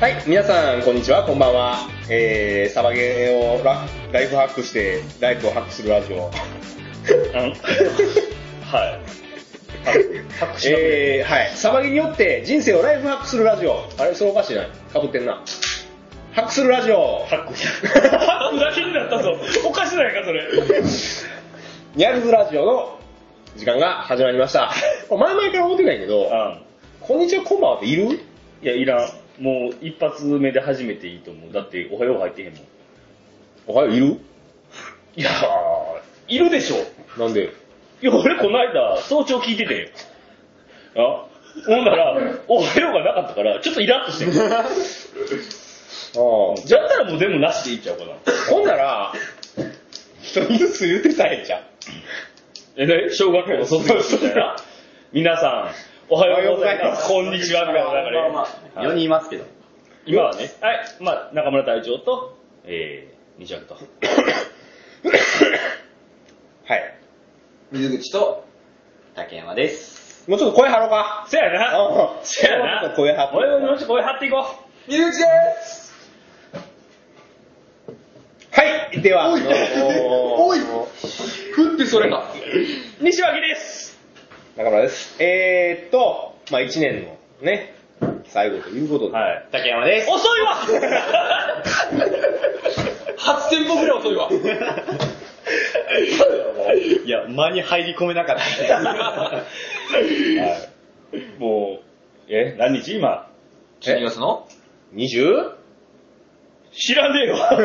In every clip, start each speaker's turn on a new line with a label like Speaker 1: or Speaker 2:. Speaker 1: はい、皆さん、こんにちは、こんばんは。えー、サバゲーをラライフハックして、ライフをハックするラジ オ。
Speaker 2: あのはい。拍手が、
Speaker 1: えー、はい。サバゲーによって人生をライフハックするラジオ。あれ、それおかしいな。かぶってんな。ハックするラジオ。
Speaker 2: ハック。ハックだけになったぞ。おかしないか、それ。
Speaker 1: ニャルズラジオの時間が始まりま した。前々から思ってないけど、
Speaker 2: あ
Speaker 1: こんにちは、こんばんはっている
Speaker 2: いや、いらん。もう一発目で初めていいと思う。だって、おはよう入ってへんもん。
Speaker 1: おはよう、いる
Speaker 2: いやー、いるでしょ。
Speaker 1: なんで
Speaker 2: いや、俺この間、早朝聞いてて。あほんなら、おはようがなかったから、ちょっとイラッとしてる。
Speaker 1: ああ。
Speaker 2: じゃったらもう全部なしでいっちゃうかな。
Speaker 1: ほんなら、一人ずつ言ってたらええんちゃう
Speaker 2: え、ね、小学校の卒業式みたいな。皆さん、おはようございます。こんにちは、みたいな流れ。
Speaker 3: 4人いますけど。
Speaker 2: 今はね、はい、まあ、中村隊長と、えー、西脇と。
Speaker 1: はい。
Speaker 3: 水口と竹山です。
Speaker 1: もうちょっと声張ろうか。
Speaker 2: せやな。
Speaker 1: あ
Speaker 2: せやな。
Speaker 1: もうちょっと声張って
Speaker 2: 俺ももうちょっと声張っていこ
Speaker 3: 水口です
Speaker 1: はい、では、
Speaker 3: おい おいふってそれが。
Speaker 2: う。西脇です。
Speaker 1: 中村です。えーっと、まあ一年のね、最後ということで。
Speaker 2: はい。
Speaker 3: 竹山です。
Speaker 2: 遅いわ
Speaker 3: 8店舗ぐらい遅い わ。いや、間に入り込めなかった。
Speaker 2: はいもう、え、何日今
Speaker 3: 12月の
Speaker 1: 20?
Speaker 2: 知らねえわ。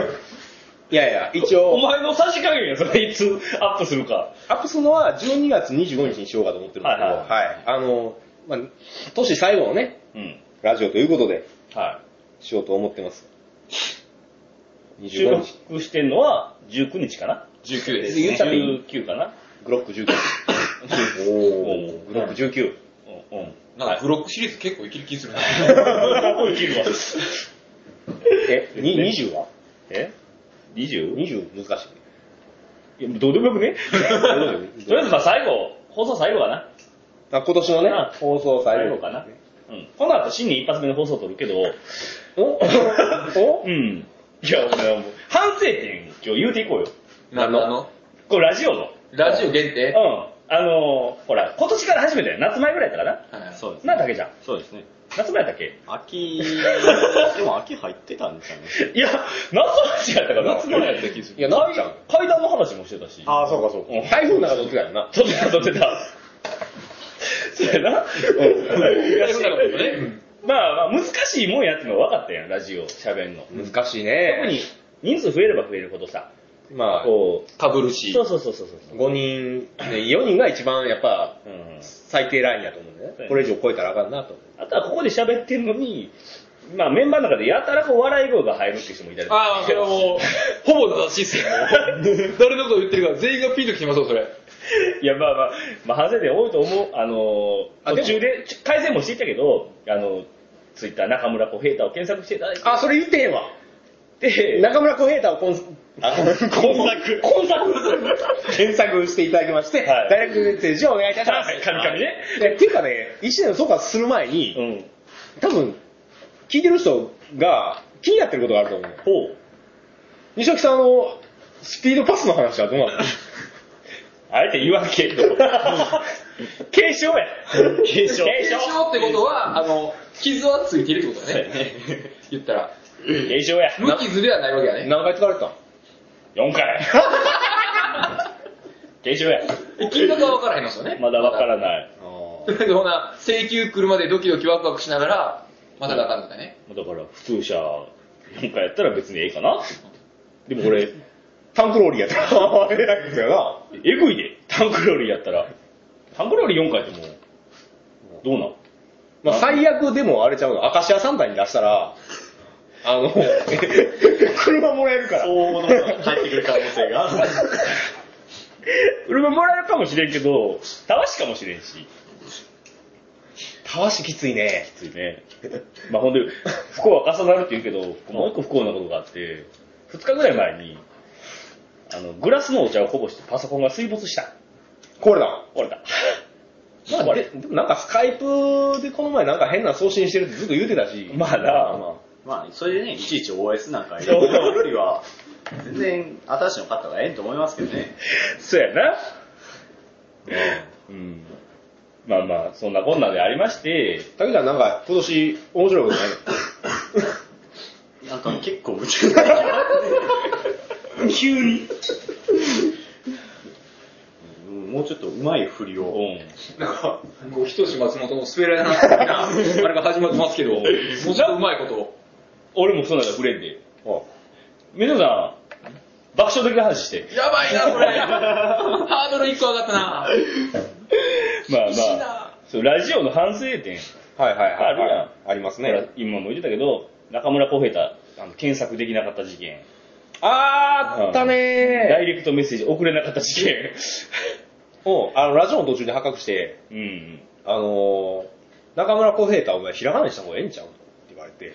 Speaker 1: いやいや、一
Speaker 2: お
Speaker 1: 応、
Speaker 2: 前の差し加減や、それいつアップするか。
Speaker 1: アップするのは12月25日にしようかと思ってるんですけど、
Speaker 2: は
Speaker 1: はいい、
Speaker 2: はい
Speaker 1: あの、まあ、年最後のね、
Speaker 2: うん。
Speaker 1: ラジオということで、
Speaker 2: は
Speaker 1: しようと思ってます。
Speaker 2: い。収
Speaker 1: 25日。
Speaker 2: 録してんのは19日かな
Speaker 3: 19です、
Speaker 1: 言っ
Speaker 3: ね
Speaker 1: ち。ゃっていい
Speaker 2: 19かな
Speaker 1: グロック19。おー、グロック19。
Speaker 2: うん。うん。
Speaker 3: なんかブロックシリーズ結構いける気するな。
Speaker 2: もういけるわ。
Speaker 1: え、に20は
Speaker 2: え ?20?
Speaker 1: 20難しい。
Speaker 2: いやどうでもよく ねとりあえずまあ最後、放送最後かな。
Speaker 1: あ今年のね
Speaker 2: あ、
Speaker 1: 放送最後
Speaker 2: かな。うん。この後新年一発目の放送撮るけど、
Speaker 1: おお
Speaker 2: うん。いや、お前はもう、反省点今日言うていこうよ。
Speaker 3: な
Speaker 1: な
Speaker 3: あの
Speaker 2: これラジオの。
Speaker 3: ラジオ限
Speaker 2: う
Speaker 3: 定
Speaker 2: ん。あのー、ほら、今年から始めたよ。夏前ぐらいだから
Speaker 3: はい
Speaker 4: そうです
Speaker 2: な。な
Speaker 4: ね。
Speaker 2: んだけじゃん。
Speaker 4: そうですね。
Speaker 2: 夏前だっけ
Speaker 4: 秋、 でも秋入ってたんですよね。
Speaker 2: いや、夏の話やったから。
Speaker 3: 夏のやつだけです
Speaker 1: いや、 なっちゃん。
Speaker 2: 階段の話もしてたし。
Speaker 1: ああ、そうかそう
Speaker 2: うん
Speaker 1: 台風の中撮ってたよな。
Speaker 2: 撮ってた、撮ってた。そうやな。いや
Speaker 3: 台風の中撮ってたね
Speaker 2: まあまあ、難しいもんやってのは分かったやん、ラジオ喋んの。
Speaker 1: 難しいね。
Speaker 2: 特に人数増えれば増えるほどさ、
Speaker 1: まあ、
Speaker 2: こ
Speaker 3: かぶる
Speaker 2: う、
Speaker 3: し
Speaker 2: そ。うそうそうそうそう。
Speaker 1: 5人、ね、4人が一番やっぱ
Speaker 2: うん、
Speaker 1: 最低ラインやと思うんだよ
Speaker 2: そう
Speaker 1: ね。
Speaker 2: やね
Speaker 1: これ以上超えたらあかんなと思
Speaker 2: あとはここで喋ってんのに、まあメンバーの中でやたらこう笑い声が入るっていう人もいたりとか
Speaker 3: ああ、それはもう、ほぼ正しいっ すよ。もう誰のこと言ってるから全員がピンときてますよ、それ。
Speaker 2: いやまあまあ、まあ反省点多いと思う。あ
Speaker 1: あ
Speaker 2: のー、
Speaker 1: で
Speaker 2: 途
Speaker 1: も
Speaker 2: 中で、ちょ改善もしていったけど、あの、ツイッター中村小平太を検索していただいて、
Speaker 1: う。あ、それ言ってへんわ。
Speaker 2: で、
Speaker 1: 中村小平太をコン、 あ
Speaker 2: 今作。今作
Speaker 1: 検索していただきまして、
Speaker 2: はい
Speaker 1: ダイレクトメッセージをお願いいたします。
Speaker 2: はい神々ね
Speaker 1: でっていうかね、一年の総括する前に、
Speaker 2: うん。
Speaker 1: 多分、聞いてる人が気になってることがあると思う。
Speaker 2: ほう。
Speaker 1: 西脇さんのスピードパスの話はどう なの
Speaker 2: あえて言わんけど。継承や。継承。
Speaker 3: 継承ってことは、あの、傷はついてるってことだね。言ったら。
Speaker 2: 継承や。
Speaker 3: 無傷ではないわけだね。
Speaker 1: 何回使われてたの
Speaker 2: 4回。継承や。
Speaker 3: え金額は分からへんのですよね。
Speaker 2: まだわからない。
Speaker 3: とりあえずほな、請求来るまでドキドキワクワクしながら、まだだかんだったね。
Speaker 2: だから、普通車4回やったら別にええかな。でもこれ、
Speaker 1: タンクローリーや ったら。えらいことやな。
Speaker 2: えぐいで。タンクローリーやったら。タンクローリー4回ってもう、どうなん
Speaker 1: まあ、最悪でもあれちゃうの、アカシア三台に出したら、あ の、車もらえるから。
Speaker 4: 大物が入って くる可能性が。
Speaker 2: 車もらえるかもしれんけど、たわしかもしれんし。
Speaker 1: たわしきついね。
Speaker 2: ついね。まあほんで、不幸は重なるって言うけど、もう一個不幸なことがあって、2日ぐらい前に、あの、グラスのお茶をこぼしてパソコンが水没した。
Speaker 1: これだ。
Speaker 2: 折れた。
Speaker 1: まあ、ででもなんかスカイプでこの前なんか変な送信してるってずっと言うてたし。
Speaker 2: まあな
Speaker 1: ま
Speaker 4: まあ、それでね、いちいち OS なんか入れてるよりは、全然新しいの買った方がええと思いますけどね。
Speaker 2: そうやな。うん。まあまあ、そんなこんなでありまして、
Speaker 1: 竹ちゃんなんか今年面白いことない
Speaker 4: なんか結構夢中になって
Speaker 1: の 急に。
Speaker 4: うんもうちょっと上手い振り
Speaker 2: う
Speaker 4: を。
Speaker 2: ん。
Speaker 3: なんか、こう、ひとし松本の滑らない話的な、あれが始まってますけど、もうちょっとうまいこと。
Speaker 2: 俺もそんなの触れんで。皆さん、爆笑的な話 して。
Speaker 3: やばいな、これ。ハードル一個上がったな。
Speaker 2: まあ
Speaker 3: 厳しい
Speaker 2: まあ
Speaker 3: な、
Speaker 2: そうラジオの反省点。
Speaker 1: はいはいはい、
Speaker 2: あるや
Speaker 1: はい。あります
Speaker 2: ほら
Speaker 1: ね。
Speaker 2: 今も言ってたけど、中村浩平太、あの検索できなかった事件。
Speaker 1: あーあった
Speaker 2: ダイ
Speaker 1: ね
Speaker 2: レクトメッセージ送れなかった事 件。
Speaker 1: ー。うん。あの、ラジオの途中で発覚して、
Speaker 2: うん。
Speaker 1: あのー、中村浩平太お前ひらがなにした方がええんちゃうって言われて、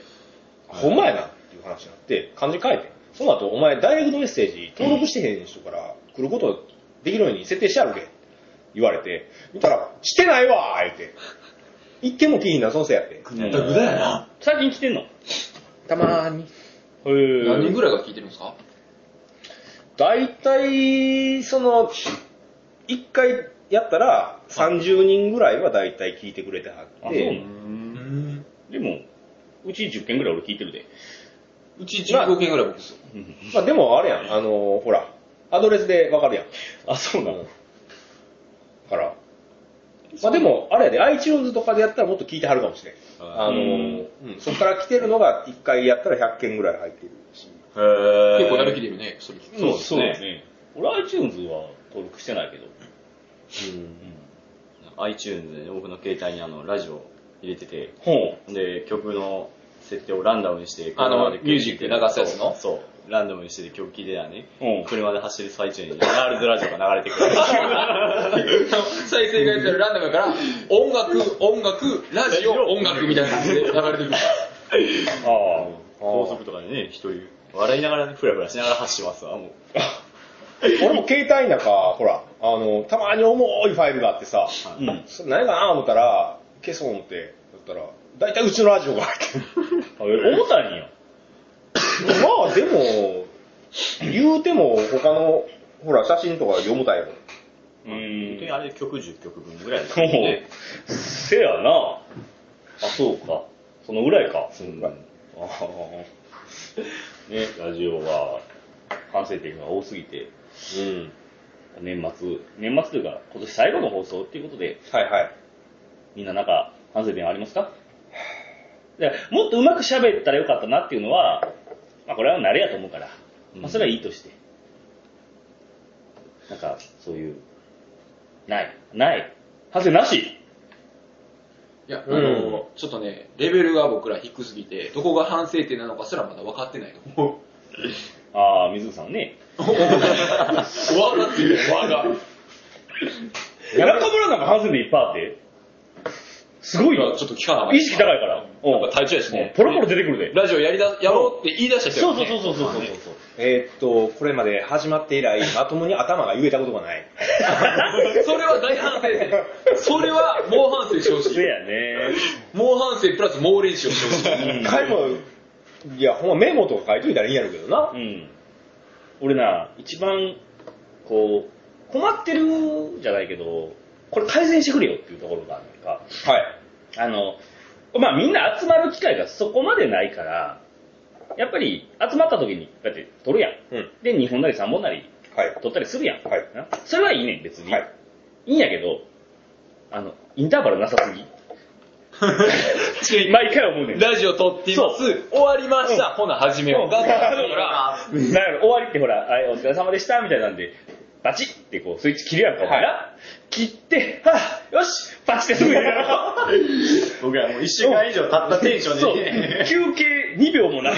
Speaker 1: ほんまやなっていう話になって、漢字書いて。その後、お前ダイレクトメッセージ登録してへん人から来ることできるように設定してあるけって言われて、見たら、してないわーって。一件も気になそのせいやって。
Speaker 2: ぐ
Speaker 4: だぐだやな。
Speaker 2: 最近来てんのへ
Speaker 1: たまーに。
Speaker 3: 何人
Speaker 2: ぇ
Speaker 3: ぐらいが聞いてるんですか
Speaker 1: 大体、その、一回やったら、30人ぐらいは大体聞いてくれては
Speaker 2: あ、そ
Speaker 1: っ
Speaker 2: うな
Speaker 1: て、
Speaker 2: の
Speaker 3: うん。
Speaker 2: でも、うち10件ぐらい俺聞いてるで。
Speaker 3: うち15件ぐらい僕ですよ。
Speaker 1: まあでもあれやん、あのーほら、アドレスでわかるやん。
Speaker 2: あ、そうなの
Speaker 1: から。まあでも、あれやで、iTunes とかでやったらもっと聞いてはるかもしれん。あのーうんそこから来てるのが一回やったら100件ぐらい入ってるし。
Speaker 4: へ
Speaker 3: 結構やる気
Speaker 4: で。
Speaker 3: 出るね、それ聞くと
Speaker 2: そうそうですね。俺 iTunes は登録してないけど。
Speaker 4: iTunes でね僕の携帯にあの、ラジオ入れてて、
Speaker 2: ほう。
Speaker 4: で、曲の設定をランダムにして、
Speaker 3: あの
Speaker 4: 車で曲聴
Speaker 3: ミ
Speaker 4: いて
Speaker 3: ュージック流すやつの
Speaker 4: そうそう、ランダムにして曲聴いてたらね、
Speaker 2: うん
Speaker 4: 車で走る最中に、ガールズラジオが流れて くる。
Speaker 3: 再生がやったらランダムやから、音楽、音楽、ラジオ、音楽みたいな感じで流れてくる。
Speaker 2: あ
Speaker 4: 高速とかでね、一人、笑いながらね、ふらふらしながら走ってますわ、もう。
Speaker 1: 俺も携帯の中、ほら、あのーたまに重いファイルがあってさ、
Speaker 2: あ。うん。
Speaker 1: それ何かな思ったら、消そう思って、だったら、大体うちのラジオが入ってる。
Speaker 2: あ思ったんや。
Speaker 1: まあでも、言うても他の、ほら、写真とか読むたやもん。
Speaker 2: う
Speaker 4: 本当
Speaker 2: ん
Speaker 4: に。あれで曲10曲分ぐらいだった
Speaker 2: ほ
Speaker 4: もんね。
Speaker 2: う。せやな。あ、そうか。そのぐらいか。
Speaker 1: んはい
Speaker 2: あーね、ラジオは反省点が多すぎて、
Speaker 1: うん。
Speaker 2: 年末、年末というか、今年最後の放送っていうことで、
Speaker 1: はいはい。
Speaker 2: みんななんか反省点ありますかでもっとうまく喋ったらよかったなっていうのは、まあ、これは慣れやと思うから、まあ、それはいいとして、なんかそういうないない反省なし
Speaker 3: いや、あの、ちょっとね、レベルが僕ら低すぎて、どこが反省点なのかすらまだ分かってないと思
Speaker 2: ああ水野さんね
Speaker 3: う。わがっていう、わが。
Speaker 2: 中村なんか反省点いっぱいあってすごいよ
Speaker 3: 今ちょっと聞かない。
Speaker 2: 意識高いから
Speaker 3: やっぱ体調やし
Speaker 2: う
Speaker 3: ね
Speaker 2: ん。ポロポロ出てくるで
Speaker 3: ラジオやりだ、やろうって言い出した人
Speaker 2: そう
Speaker 3: や
Speaker 2: そう
Speaker 3: ね
Speaker 2: そうそうそうそうそう
Speaker 1: えーっと、これまで始まって以来、まともに頭が言えたことがない。
Speaker 3: それは大反省点。それは猛反省してほ し
Speaker 2: そう
Speaker 3: い。
Speaker 2: やね
Speaker 3: 猛反省プラス猛練習をしてほしい。
Speaker 1: 一回も、いや、ほんまメモとか書いといたらいいんやろうけどな
Speaker 2: う。ん俺な一番こう困ってるじゃないけどこれ改善してくれよっていうところがなんか
Speaker 1: はい。
Speaker 2: あのまあみんな集まる機会がそこまでないからやっぱり集まった時にだって撮るやん
Speaker 1: うん。
Speaker 2: で2本なり3本なり
Speaker 1: はい。
Speaker 2: 撮ったりするやん、
Speaker 1: はい
Speaker 2: なそれはいいねん別に、
Speaker 1: はいい、
Speaker 2: いんやけどあのインターバルなさすぎ毎回思うねん
Speaker 3: ラジオ撮っていま
Speaker 2: そ
Speaker 3: す。終わりました。ほな、始めよう。
Speaker 2: そう
Speaker 3: ガッガッガッガッ
Speaker 2: なんやろ終わりってほら、はい、お疲れ様でした、みたいなんで、バチッってこう、スイッチ切るやんか、お前な。切って、はぁ、よしバチってすぐやろ
Speaker 4: 僕らもう1週間以上経ったテンション
Speaker 2: そう。
Speaker 4: でね、
Speaker 2: 休憩2秒もない。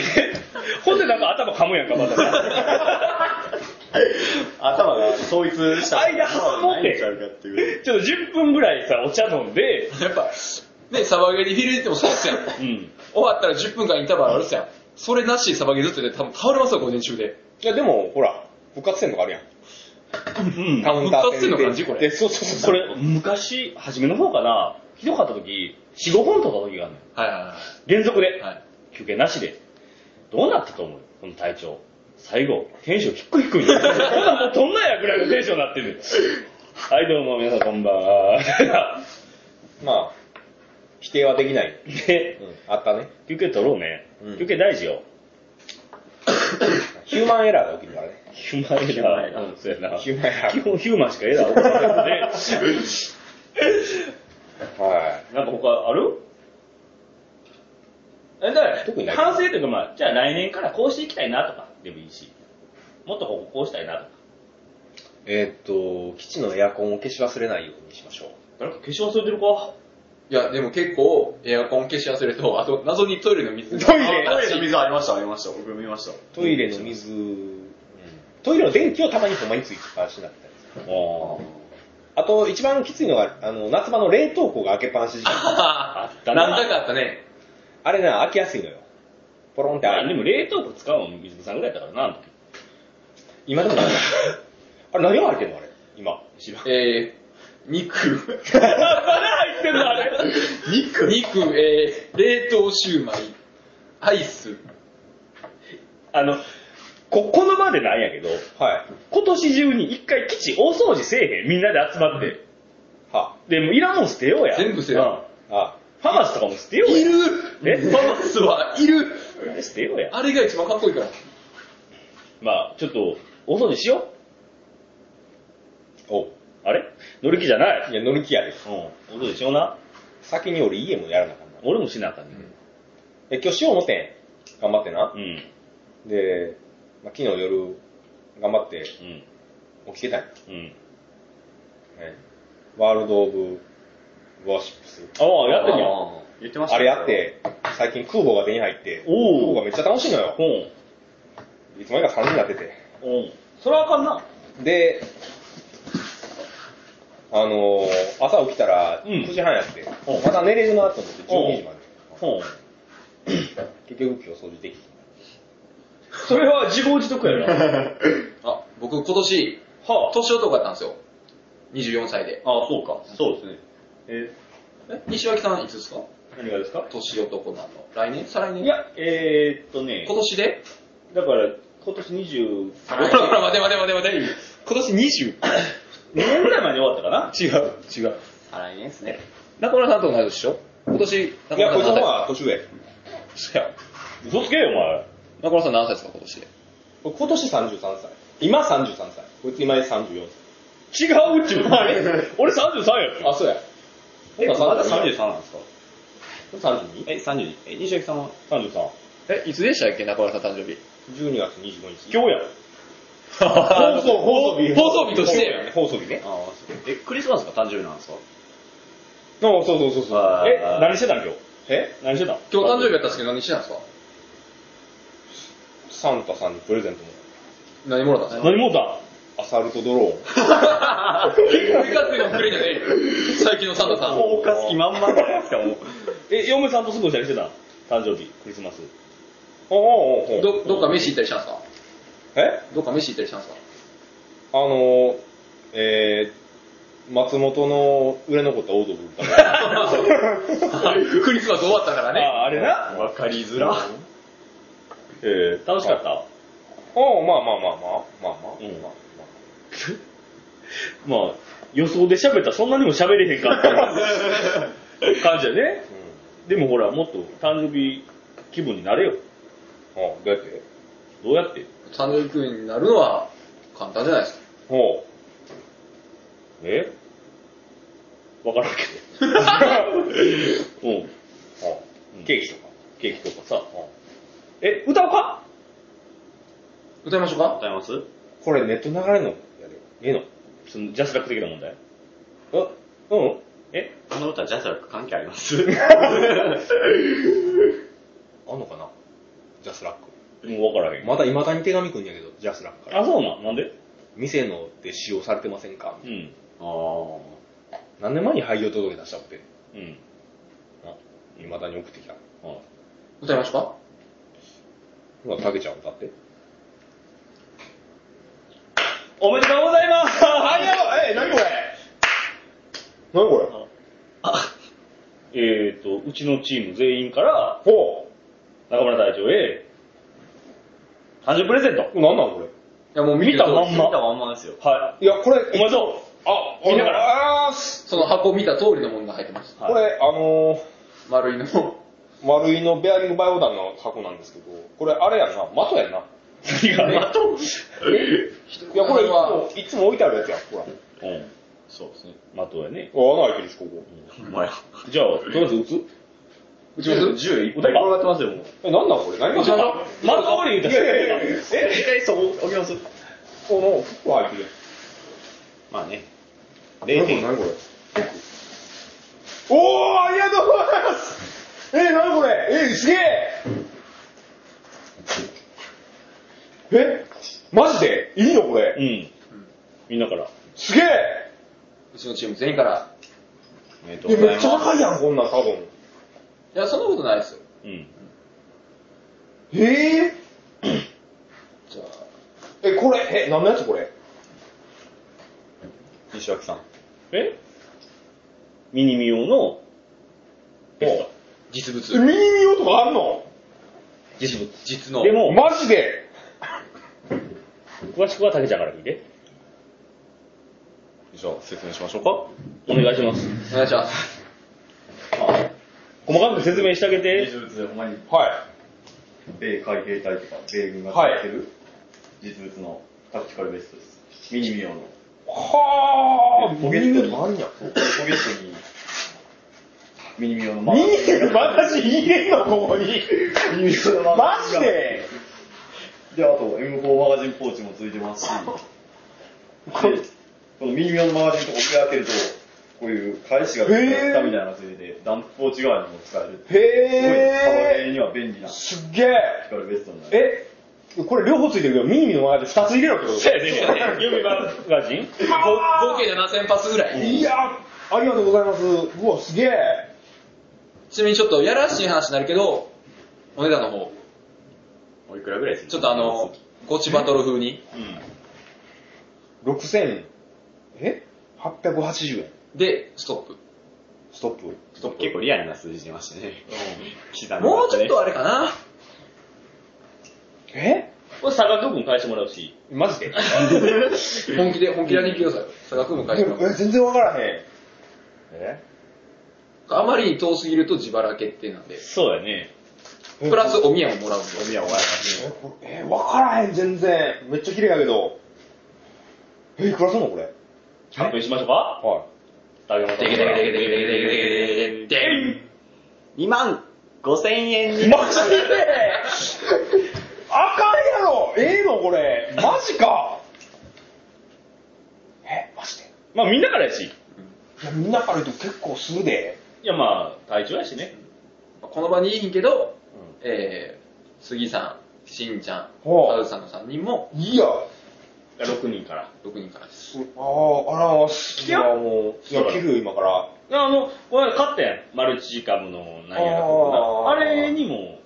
Speaker 2: ほんでなんか頭噛むやんか、また。
Speaker 4: 頭が統一した
Speaker 2: 間挟もうて
Speaker 4: 何ちゃうかっていう。
Speaker 2: ちょっと10分ぐらいさ、お茶飲んで、
Speaker 3: やっぱ、ね、サバゲにフィールド行ってもそうっすやん。
Speaker 2: うん。
Speaker 3: 終わったら10分間インターバルあるっすやん。それなしでサバゲずっとで多分倒れますよ、午前中で。
Speaker 1: いや、でも、ほら、復活戦とかあるやん。
Speaker 2: うん。
Speaker 1: カウンター
Speaker 3: 復活戦の感じ
Speaker 1: で
Speaker 3: これ
Speaker 1: でそうそうそう。
Speaker 2: これ、昔、初めの方かな、ひどかった時、4、5本撮った時があるのよ。
Speaker 3: はいは
Speaker 2: 連続で
Speaker 3: い。はい。
Speaker 2: 今休憩なしで、どうなったと思うこの体調。最後、テンション低い低い。ほな、 もうどんなんやぐらいのテンションになってる。はい、どうも皆さんこんばんは。
Speaker 1: まあ、否定はできない。
Speaker 2: で
Speaker 1: う、ん、あったね。
Speaker 2: 休憩取ろうね
Speaker 1: うん。
Speaker 2: 休憩大事よ。
Speaker 1: ヒューマンエラーが起きるからね。
Speaker 2: ヒューマンエラー。うんそうやな。
Speaker 1: ヒューマンエラー
Speaker 2: 基本ヒューマンしかエラー起こらないので。
Speaker 1: は
Speaker 2: なんか他あるえ、だから、
Speaker 1: 特にない
Speaker 2: 反省というか、まあ、じゃあ来年からこうしていきたいなとかでもいいし、もっとこここうしたいなとか。
Speaker 1: い。えーっと、基地のエアコンを消し忘れないようにしましょう。
Speaker 2: なんか化粧忘れてる子
Speaker 3: いや、でも結構、エアコン消し忘れと、あと、謎にトイレの水が
Speaker 1: トイレ
Speaker 3: あ
Speaker 4: トイレの水ありました、ありました。僕見 ました。
Speaker 1: トイレの水、うんトイレの電気をたまにほんまについて話になってたりするあと、一番きついのが、あの、夏場の冷凍庫が開けっぱなし時期。
Speaker 3: あ
Speaker 2: った
Speaker 3: た
Speaker 2: な
Speaker 3: な。なんだかあったね。
Speaker 1: あれな、開きやすいのよ。ポロンって
Speaker 2: あ
Speaker 1: 開
Speaker 2: あ、
Speaker 1: い
Speaker 2: で
Speaker 1: て。
Speaker 2: も冷凍庫使うの水木さんぐらいだったからな、あの時
Speaker 1: 今でもない。 あれ、何が入ってんのあれ。今。知らん。
Speaker 3: えー、肉。
Speaker 2: まだ入ってんのあれ。
Speaker 3: 肉肉、えー、冷凍シューマイ、アイス。
Speaker 2: あの、こ、この場でなんやけど、
Speaker 1: はい。
Speaker 2: 今年中に一回基地大掃除せえへん、みんなで集まって。
Speaker 1: は
Speaker 2: で、もういらんもん捨てようや。
Speaker 3: 全部捨てよ
Speaker 1: あ、
Speaker 2: うん。ファマスとかも捨てよう
Speaker 3: い
Speaker 2: や。
Speaker 3: る
Speaker 2: え
Speaker 3: パパスはいる
Speaker 2: 捨てようや。
Speaker 3: あれが一番かっこいいから。
Speaker 2: まあ、ちょっと、大掃除しよ
Speaker 1: おう
Speaker 2: う。あれ乗り気じゃない。
Speaker 1: いや、乗り気やで。
Speaker 2: うん。俺でしょうな。
Speaker 1: 先に俺家もやらなあかんな。
Speaker 2: 俺もしなあかんね。
Speaker 1: で、今日しよう思てん。頑張ってな
Speaker 2: う。ん。
Speaker 1: で、まあ、昨日夜、頑張って
Speaker 2: うん。
Speaker 1: 起きてたんや
Speaker 2: うん。
Speaker 1: ね。ワールド・オブ・ワーシップス。
Speaker 2: ああ、やってんやん。
Speaker 3: あ
Speaker 4: 言ってました
Speaker 1: あれやっ。て、最近空母が手に入って、空
Speaker 2: おう
Speaker 1: 母がめっちゃ楽しいのよ
Speaker 2: う。ん。
Speaker 1: いつまでか3人になってて。
Speaker 2: うん。それはあかんな。
Speaker 1: で、あのー朝起きたら
Speaker 2: うん
Speaker 1: 9時半やって、
Speaker 2: うん
Speaker 1: また寝れるなと思って
Speaker 2: う
Speaker 1: 12
Speaker 2: ん
Speaker 1: 時まで。
Speaker 2: うん。
Speaker 1: 結局今日掃除できひん
Speaker 2: それは自業自得や な。
Speaker 3: ーあ僕今年、
Speaker 2: は
Speaker 3: 年男やったんですよ。24歳で。
Speaker 2: あ。ああ、そうか。そうですね。え、
Speaker 3: え西脇さんいつですか
Speaker 2: 何がですか
Speaker 3: 年男なの。来年再来年
Speaker 2: い、や、えー、っとね
Speaker 3: 今、年で
Speaker 2: だから、今年20、
Speaker 3: ほらほら、待て待て待て待て。
Speaker 1: 今年
Speaker 2: 2年ぐらい前に終わったかな
Speaker 1: 20? 違う、違う。
Speaker 4: あ来年ですね。
Speaker 3: 中村さんと同じでしょ今年、中
Speaker 1: いや、
Speaker 3: 村
Speaker 1: こいつ
Speaker 3: さ
Speaker 1: の方
Speaker 3: ん何歳
Speaker 1: が年上や。
Speaker 3: そうや
Speaker 2: 嘘つけよ、お前。
Speaker 3: 中村さん何歳ですか今年で。
Speaker 1: これ今年33歳。今33歳。こいつ今で34
Speaker 2: 違うっちゅうの。
Speaker 1: 歳。
Speaker 2: 俺33やっ
Speaker 1: あ、そうや。
Speaker 4: え、まだ
Speaker 1: 32
Speaker 4: 33なんですか
Speaker 1: ?32?
Speaker 4: え、32。え、西脇さんは
Speaker 2: た。33。
Speaker 3: え、いつでしたっけ中村さん誕生日。
Speaker 1: 12月25日。
Speaker 2: 今日や。
Speaker 1: 放送、放送日。
Speaker 3: 放送日として
Speaker 1: 放送日ね。
Speaker 4: ああ、そうえ、クリスマスが誕生日なんですか
Speaker 1: そうそうそうそうそう。
Speaker 4: あ
Speaker 2: え、
Speaker 4: ー
Speaker 2: 何してたん今日。
Speaker 1: え
Speaker 2: 何してたん
Speaker 3: 今日誕生日やったんですけど何してたんですか
Speaker 1: サンタさんにプレゼントも
Speaker 3: 何もらったんですか
Speaker 2: 何もだ
Speaker 1: アサルトドローン。
Speaker 3: 結構いかついのくれんじゃねえよ最近のサンタさん。
Speaker 4: おかす気満々じゃないですか、もう。
Speaker 2: え、嫁さんと過ごしたりしてたん誕生日、クリスマス。
Speaker 1: おおおお
Speaker 3: ど、どっか飯行ったりしたんですか
Speaker 1: え
Speaker 3: どっか飯行ったりしたんですか
Speaker 1: あのえー、松本の売れ残ったオードブル だから。
Speaker 3: クリスマス終わったからね。
Speaker 2: あ、あれな。
Speaker 4: わかりづら。
Speaker 2: えー、楽しかった
Speaker 1: おうまあまあまあまあ、まあまあ。
Speaker 2: うん
Speaker 1: まあま
Speaker 2: まあ、予想で喋ったらそんなにも喋れへんかった感じやね。でもほら、もっと誕生日気分になれよ。
Speaker 1: あうん。あどうやって
Speaker 2: どうやって
Speaker 3: 誕生日クイーンになるのは簡単じゃないですか。
Speaker 1: ほ
Speaker 2: えわからんけ ど。うん。
Speaker 1: う。ケーキとか。
Speaker 2: ケーキとかさ。え、歌おうか
Speaker 3: 歌いましょうか
Speaker 4: 歌います
Speaker 1: これネット流れるのやで。ええの
Speaker 2: そのジャスラック的な問題。
Speaker 1: あ、うん
Speaker 2: え
Speaker 4: この歌、ジャスラック関係あります
Speaker 1: あんのかなジャスラック。
Speaker 2: もうわからへん。
Speaker 1: まだ未だに手紙くんやけど、ジャスラックから。
Speaker 2: あ、そうなん。なんで
Speaker 1: 店ので使用されてませんか
Speaker 2: うん。
Speaker 4: ああ。
Speaker 1: 何年前に廃業届出したって。
Speaker 2: うん。
Speaker 1: 未だに送ってきた。
Speaker 2: あ
Speaker 3: 歌いましょうか
Speaker 1: ほら、たけちゃん歌って。
Speaker 2: おめでとうございます
Speaker 1: え、なにこれなにこれ
Speaker 2: えっと、うちのチーム全員から、
Speaker 1: ほう。
Speaker 2: 中村ジオへ、誕生日プレゼント。
Speaker 1: なんなんこ
Speaker 3: や、もう見
Speaker 2: 見たまん
Speaker 4: 見た
Speaker 2: ま。
Speaker 4: まんまですよ。
Speaker 2: はい
Speaker 1: や、これ、
Speaker 2: い。おめでとう。あ、みんなから。
Speaker 1: ら。あー
Speaker 3: その箱見た通りのものが入ってました。
Speaker 1: これ、あのー、
Speaker 3: 丸いの。
Speaker 1: 丸いのベアリングバイオ弾の箱なんですけど、これあれやんな、的やんな。い
Speaker 2: 何が、まと
Speaker 1: や、これいつ
Speaker 3: は
Speaker 1: も、いつも置いてあるやつやん、ほら。
Speaker 2: うん。
Speaker 4: そうですね。
Speaker 2: まとやね。
Speaker 1: あ、穴開いてるし、ここ。
Speaker 4: ほんまや。
Speaker 2: じゃあ、とりあえず打つ
Speaker 3: うちも
Speaker 4: 銃、銃いっぱい転がってますよ、もう。
Speaker 1: え、なんなんこれ何が
Speaker 3: じゃあ
Speaker 2: まとり言うたら
Speaker 1: え、
Speaker 4: 一回そこ置きます
Speaker 1: この服開いてる
Speaker 4: まあね。
Speaker 1: やん。
Speaker 4: 0.5。
Speaker 1: 何これおー、ありがとうございますえ、何これえ、すげええ、マジでいいのこ
Speaker 2: う
Speaker 1: れ
Speaker 2: ん。みんなから。
Speaker 1: すげえ
Speaker 3: うちのチーム全員から。
Speaker 4: おめでとう
Speaker 1: え
Speaker 4: ござ
Speaker 1: めっ
Speaker 4: いま
Speaker 1: ち
Speaker 4: す
Speaker 1: ゃ。高いやん、こんなん多分。
Speaker 3: いや、そんなことないですよ。
Speaker 2: うん。
Speaker 1: ええ
Speaker 3: じゃあ、
Speaker 1: え、これ、え、何のやつこれ
Speaker 4: 西脇さん。
Speaker 2: えミニミ用の、ペ
Speaker 3: 実
Speaker 1: え
Speaker 3: 物。
Speaker 1: ミニミオとかあんの
Speaker 2: 実物。
Speaker 3: 実の。
Speaker 2: でも、
Speaker 1: マジで
Speaker 2: 詳しくは竹ちゃんから聞いて。
Speaker 4: じゃあ、説明しましょうか。
Speaker 2: お願いします。
Speaker 3: お願いします。
Speaker 2: 細かく説明してあげて。
Speaker 4: 実物でほんまに、
Speaker 1: は
Speaker 4: 米海兵隊とか、米軍が
Speaker 1: はい
Speaker 4: 使ってる、実物のタクティカルベストです。ミニミオの。
Speaker 1: い。はー
Speaker 4: ポケッ
Speaker 1: ミニ
Speaker 4: トに
Speaker 1: ミオあんや
Speaker 4: ポケットに、ミニミオのマ
Speaker 1: ミ
Speaker 4: ーク
Speaker 1: ニミオ、私入れんのここに。
Speaker 4: ミニミオのマーク
Speaker 1: マ
Speaker 4: が
Speaker 1: ジで
Speaker 4: で、あと M4 マガジンポーチもついてますし、でこのミニミオのマガジンとか開けると、こういう返しがつい
Speaker 1: へー
Speaker 4: たみたいなのがついてて、ダンプポーチ代わりにも使える。すごい、サバゲ
Speaker 1: へ
Speaker 4: ーには便利な
Speaker 1: ー。
Speaker 4: ス
Speaker 1: すっげえ
Speaker 4: カルベストになる。
Speaker 1: え、これ両方ついてるけど、ミニミオの間で2つ入れろってこと
Speaker 2: せやせやせや。指マガジン
Speaker 3: 合合計7000発ぐらい。
Speaker 1: いやー、ありがとうございます。うわ、すげえ。
Speaker 3: ちなみにちょっとやらしい話になるけど、お値段の方、
Speaker 4: おいくらぐらいする
Speaker 3: ちょっとあの、ゴチバトル風に。
Speaker 1: 6000、え ?880 円。
Speaker 3: で、ストップ。
Speaker 1: ストップ。
Speaker 4: ちょっと結構リアルな数字出ましたね。刻み
Speaker 3: もうちょっと
Speaker 4: は。
Speaker 3: あれかな。
Speaker 1: え
Speaker 2: これ、佐賀君返してもらうし。
Speaker 1: マ ジで
Speaker 3: 本気で、本気でやりに来てください。佐賀君も返してもら
Speaker 1: え
Speaker 3: う
Speaker 1: 全然わからへん。
Speaker 2: え
Speaker 3: あまりに遠すぎると自腹決定なんで。
Speaker 2: そうやね。
Speaker 3: プラスお宮をもらうんで。
Speaker 4: ゴミは終わりますね。
Speaker 1: えこれえ分からへん、全然。めっちゃ綺麗やけど。え、いくらすんのこれ。
Speaker 2: 発表しましょうか
Speaker 1: は
Speaker 2: 竹山さん。
Speaker 3: でけでけでけでけでけでけでけでけで
Speaker 4: 2万5千円に。
Speaker 1: い。マジであかんやろええのこれ。マジかえ、マジで
Speaker 2: まあみんなからやし。い
Speaker 1: いや、みんなから言うと結構するで。
Speaker 2: やまあ、体調やしね。
Speaker 3: この場にいいんけど、えー、杉さん、しんちゃん、
Speaker 1: ほう
Speaker 3: ハウさんの3人も
Speaker 1: いや。
Speaker 2: 6人から。
Speaker 3: 6人からで
Speaker 1: す
Speaker 3: す。
Speaker 1: ああ、あらわす。
Speaker 2: いや
Speaker 1: もう。いや、切るよ、今から。
Speaker 2: あの、俺買ったやん。マルチカムの何やらこ
Speaker 1: あー
Speaker 2: あれにも、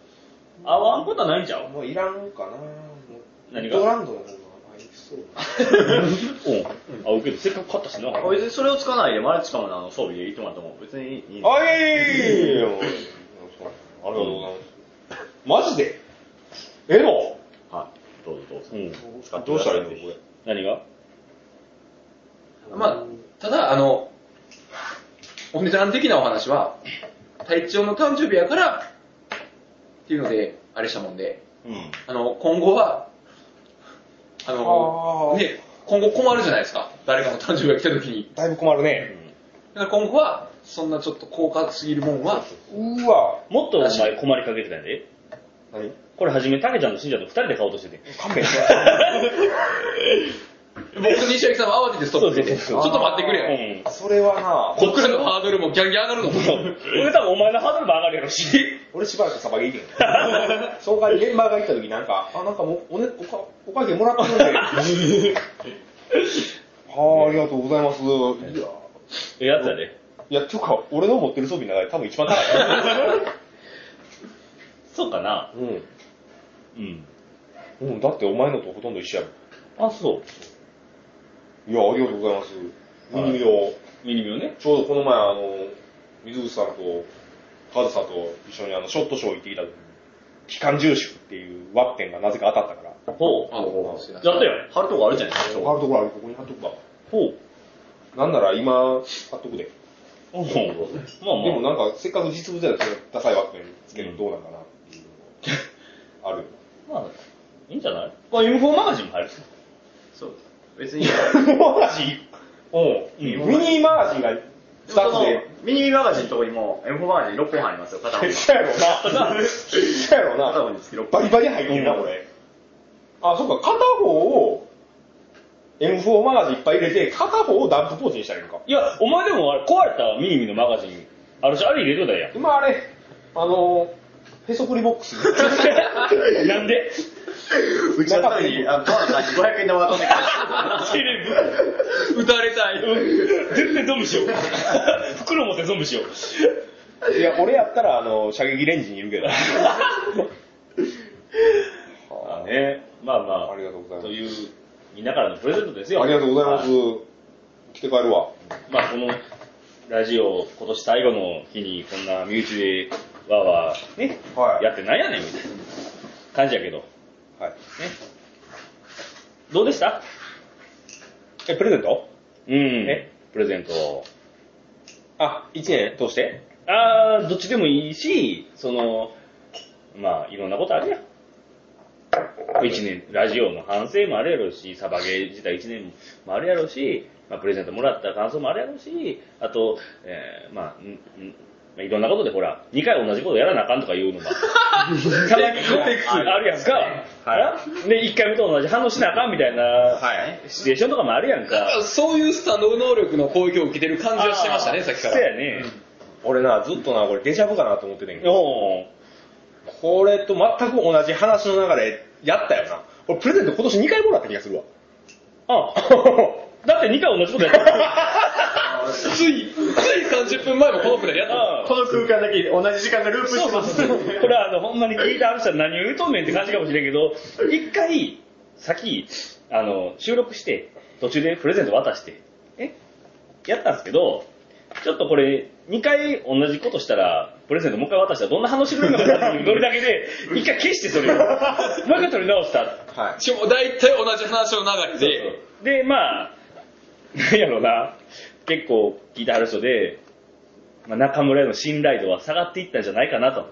Speaker 2: 合わんことはないんちゃう
Speaker 1: もういらんかな。もう
Speaker 2: 何が
Speaker 1: ドランドの方が合いそうな。
Speaker 2: うん。あ、受けどせっかく買ったしな。
Speaker 4: あ別にそれを使わないで、マルチカムのあの装備でいってもらっても別にいい。
Speaker 1: あいえいえいえいえもうありがとうございます。マジでえの
Speaker 4: はい。どうぞどうぞ。
Speaker 2: うん。
Speaker 4: 使って
Speaker 1: どうしたらいいのこ
Speaker 4: くださ
Speaker 1: れ。
Speaker 2: 何が
Speaker 3: まあ、ただ、あの、お値段的なお話は、隊長の誕生日やから、っていうので、あれしたもんで、
Speaker 2: うん。
Speaker 3: あの、今後は、あの、
Speaker 1: あー
Speaker 3: ね、今後困るじゃないですか。誰かの誕生日が来た時に。
Speaker 1: だいぶ困るね。
Speaker 3: だから今後は、そんなちょっと高価すぎるもんは、
Speaker 1: うわ。
Speaker 2: もっとお前困りかけてたんやで。
Speaker 1: 何
Speaker 2: これはじめ、竹ちゃんとしんちゃんと二人で買おうとして て。
Speaker 1: 勘弁して。
Speaker 3: 僕と西脇さんは慌ててストップしてて、ち
Speaker 2: そ
Speaker 3: ょ
Speaker 2: う
Speaker 3: っ
Speaker 2: そうそう
Speaker 3: と待ってくれよ。
Speaker 2: うん。
Speaker 1: それはな、
Speaker 3: 僕らのハードルもギャンギャン上がると思う。
Speaker 2: 俺多分お前のハードルも上がるやろし。
Speaker 1: 俺しばらくサバゲー行け ん。その代わり現場が行った時なんか、あ、なんかもう、おね、おか、お会計もらったんで。 はあ、ありがとうございます。いや。
Speaker 2: ええやつやで。
Speaker 1: いや、ていうか、俺の持ってる装備の中で多分一番高
Speaker 2: そうかな。
Speaker 1: い。
Speaker 2: うん。
Speaker 1: うん。うん、だってお前のとほとんど一緒やもん。
Speaker 2: あ、そう。
Speaker 1: いや、ありがとうございます。ミニミオ、
Speaker 2: ミニミオね。
Speaker 1: ちょうどこの前、あの、水口さんと、カズさんと一緒にあの、ショットショー行ってきた時に、機関重視っていうワッペンがなぜか当たったから。
Speaker 2: ほ
Speaker 3: あの、知ら
Speaker 2: う。
Speaker 3: ない
Speaker 2: やったよ。
Speaker 4: 貼るとこあるじゃないですか。
Speaker 1: 貼るところある、ここに貼っとくか。
Speaker 2: ほう。
Speaker 1: なんなら今、貼っとくで。
Speaker 2: まあ
Speaker 1: でも
Speaker 2: まあ。
Speaker 1: なんか、せっかく実物やったらダサいワッペンつけるのどうなんかなっていうのもある。
Speaker 2: まあ、いいんじゃないまあ、M4 マガジンも入るし。
Speaker 4: そう。別に、
Speaker 1: マガジン
Speaker 2: うん。
Speaker 1: ミニマガジンが2つ
Speaker 4: その
Speaker 1: で。
Speaker 4: ミニマガジンのとこにも M4 マガジン6編あ りますよ、片方に。
Speaker 1: そやろな。そやろ
Speaker 4: 片
Speaker 1: な。
Speaker 4: 方につき6
Speaker 1: バ
Speaker 4: 編。
Speaker 1: リバリ入ってるな、これ。あ、そっか、片方を M4 マガジンいっぱい入れて、片方をダンプポーチにしたらいいのか。
Speaker 2: いや、お前でもあれ壊れたミニミのマガジン、あれし、あれ入れとったや
Speaker 1: 今あれ、あの、へそくりボッ クス。
Speaker 2: ん。 なんで
Speaker 4: うちの時に、あの、バーナーに500円玉が飛んで
Speaker 2: セレブ。
Speaker 3: 撃たれたい。
Speaker 2: うん全然ゾンビしよう。袋持ってゾンビしよう。
Speaker 1: いや、俺やったら、あの、射撃レンジにいるけど。
Speaker 2: まあ
Speaker 1: は
Speaker 2: ね、まあま
Speaker 1: あ
Speaker 2: あ、
Speaker 1: ありがとうございます
Speaker 2: という、みんなからのプレゼントです
Speaker 1: い
Speaker 2: よ。
Speaker 1: ありがとうございます
Speaker 2: は。
Speaker 1: 来て帰るわ。
Speaker 2: まあ、このラジオ、今年最後の日に、こんな身内でわーわーね、
Speaker 1: は
Speaker 2: やってなんやねんみたいな感じやけど、ね。
Speaker 1: はい。
Speaker 2: どうでした
Speaker 1: え、プレゼント
Speaker 2: うん。
Speaker 1: え
Speaker 2: プレゼント。
Speaker 1: あ、1年通して
Speaker 2: あー、どっちでもいいし、その、まあ、いろんなことあるやん。一年、ラジオの反省もあるやろうし、サバゲー自体一年もあるやろうし、まあ、プレゼントもらった感想もあるやろうし、あと、えー、まあ、んんまあいろんなことでほら、2回同じことやらなあかんとか言う のが、たまにあるやんか。なで、1回目と同じ反応しなあかんみたいな、
Speaker 1: はい。
Speaker 2: シチュエーションとかもあるやんか。
Speaker 3: そういうスタンド能力の攻撃を受けてる感じはしてましたね、さっきか
Speaker 2: そう
Speaker 3: ら。
Speaker 2: やね。
Speaker 1: 俺な、ずっとな、これデジャブかなと思ってたんやけど、
Speaker 2: おー
Speaker 1: これと全く同じ話の流れやったよな。俺プレゼント今年2回もらった気がするわ。
Speaker 2: あ、だって2回同じことやってる。
Speaker 4: くる。
Speaker 3: つい、つい30分前もこのくらいやった。
Speaker 2: あ
Speaker 4: この空間だけ同じ時間がループしてます。
Speaker 2: これはあの、ほんまに聞いたある人は何を言うとんねんって感じかもしれんけど、一回、先、あの、収録して、途中でプレゼント渡して、えやったんですけど、ちょっとこれ、2回同じことしたら、プレゼントもう一回渡したらどんな話してくれるのかなっていうノリだけで、一回消してそれ を、もう一回取り直した。
Speaker 1: はい。
Speaker 3: しかも大体同じ話の流れで、
Speaker 2: で、まあ、なんやろな、結構聞いてはる人で、まあ、中村への信頼度は下がっていったんじゃないかなと。
Speaker 3: は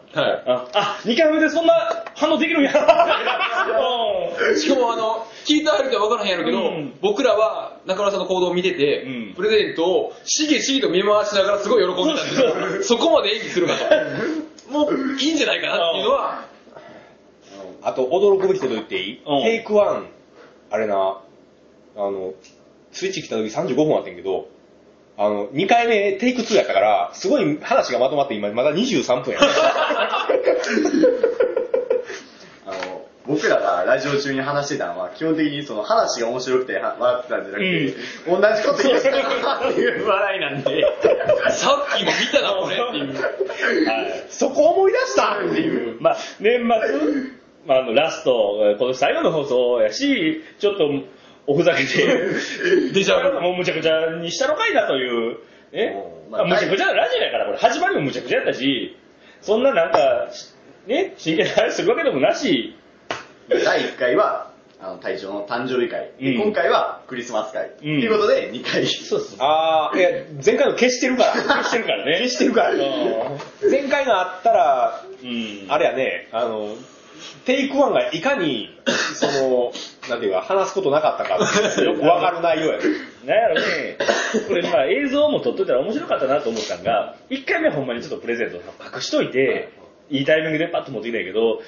Speaker 2: あ、あ、2回目でそんな反応できるん や。
Speaker 3: い。しかもあの、聞いたある人は分からへんやろうけど、
Speaker 2: うん
Speaker 3: 僕らは中村さんの行動を見てて、
Speaker 2: うん
Speaker 3: プレゼントをしげしげと見回しながらすごい喜んでたんですよそこまで演技するかと。もういいんじゃないかなっていうのは、
Speaker 1: あと、驚くべきこと言っていい
Speaker 2: うん
Speaker 1: テイクワン、あれな、あの、スイッチ来た時35分あってんけど、あの、2回目テイク2やったから、すごい話がまとまって今、まだ23分やね。
Speaker 4: あの、僕らがラジオ中に話してたのは、基本的にその話が面白くては笑ってたんじゃなくて、同じこと言ってたっていう笑いな んで、
Speaker 3: さっきも見たな、これっていう。
Speaker 2: はい
Speaker 1: そこ思い出したっていう。
Speaker 2: まあ、年末、まあ、あの、ラスト、えー今年最後の放送やし、ちょっと、おふざけで、
Speaker 3: デジャブ
Speaker 2: もうむちゃくちゃにしたのかいなという、え
Speaker 4: うんまあ
Speaker 2: あむちゃくちゃなラジオやから、これ、始まりもむちゃくちゃやったし、そんななんか、しね、真剣な話するわけでもなし、
Speaker 4: 第1回は、あの、隊長の誕生日会、で
Speaker 2: うん
Speaker 4: 今回はクリスマス会、と
Speaker 2: ん
Speaker 4: いうことで2回。
Speaker 2: そうです。
Speaker 1: あー、いや、前回の消してるから。
Speaker 2: してるからね。
Speaker 1: 消してるから。前回のあったら、
Speaker 2: うん。
Speaker 1: あれやね、あの、テイクワンがいかに、その、なんていうか、話すことなかったかっていうのがよ くわかる内容やね。
Speaker 2: なんやろね、これまあ映像も撮っといたら面白かったなと思ったんが、1回目はほんまにちょっとプレゼント隠しといて、いいタイミングでパッと持ってきたんやけど、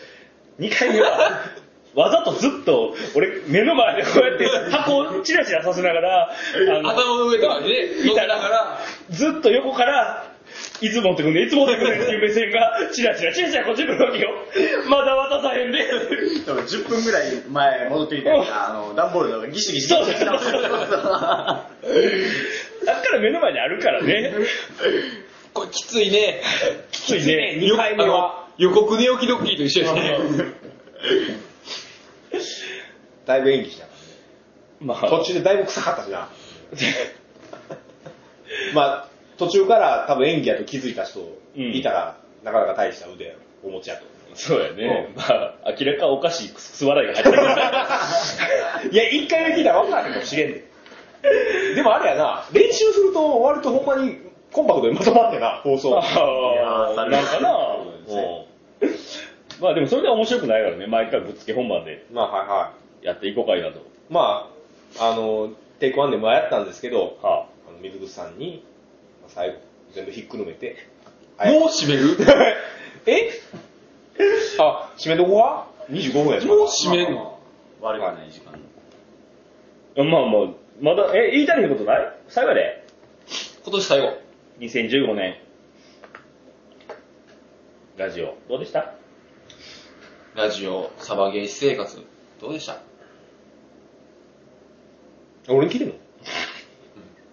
Speaker 2: 2回目は、 わざとずっと、俺、目の前でこうやって箱をチラチラさせながら、あの
Speaker 3: 頭の上とかにね、乗せながら、
Speaker 2: ずっと横から、いつ持ってくんねんいつ持ってくんねんっていう目線が、チラチラチラチラこっち来るわけよ。まだ渡さへんで。
Speaker 4: 多分10分ぐらい前戻ってきて、あの、段ボールのがギシギシギシギシして ま
Speaker 2: だから目の前にあるからね。
Speaker 3: これきついね。
Speaker 2: きついね。
Speaker 1: 2回目は。
Speaker 3: あの予告寝起きドッキリと一緒ですね。
Speaker 1: だいぶ演技したからね。
Speaker 2: まあ、
Speaker 1: 途中でだいぶ臭かったしな。 まあ、途中から多分演技やと気づいた人いたら、なかなか大した腕をお持ちやと思う。
Speaker 2: そうやね。まあ、明らかおかしいクスクス笑いが入ってる。
Speaker 1: いや、一回目聞いたら分からへんかもしれんで。でもあれやな、練習すると割とほんまにコンパクトにまとまってな、放送。
Speaker 2: あ
Speaker 4: いやー
Speaker 2: あ、なんかな
Speaker 4: そうですね
Speaker 2: うんまあでもそれでは面白くないからね、毎回ぶっつけ本番で
Speaker 1: まあはいは
Speaker 2: やっていこうかいなと。
Speaker 1: い。まあ、あの、テイクワンでもやったんですけど、
Speaker 2: は
Speaker 1: あの水口さんに、最後、全部ひっくるめて、
Speaker 3: もう閉める
Speaker 1: えあ、締めどこが ?25 分やしまだ
Speaker 3: もう閉めんの
Speaker 4: 悪くない時間。
Speaker 2: あ、まあまあ、まだ、え、言いたいことない最後やで、
Speaker 3: 今年最後。
Speaker 2: 2015年、ラジオ、どうでした
Speaker 3: ラジオ、サバゲー私生活、どうでした
Speaker 1: 俺に聞いてんの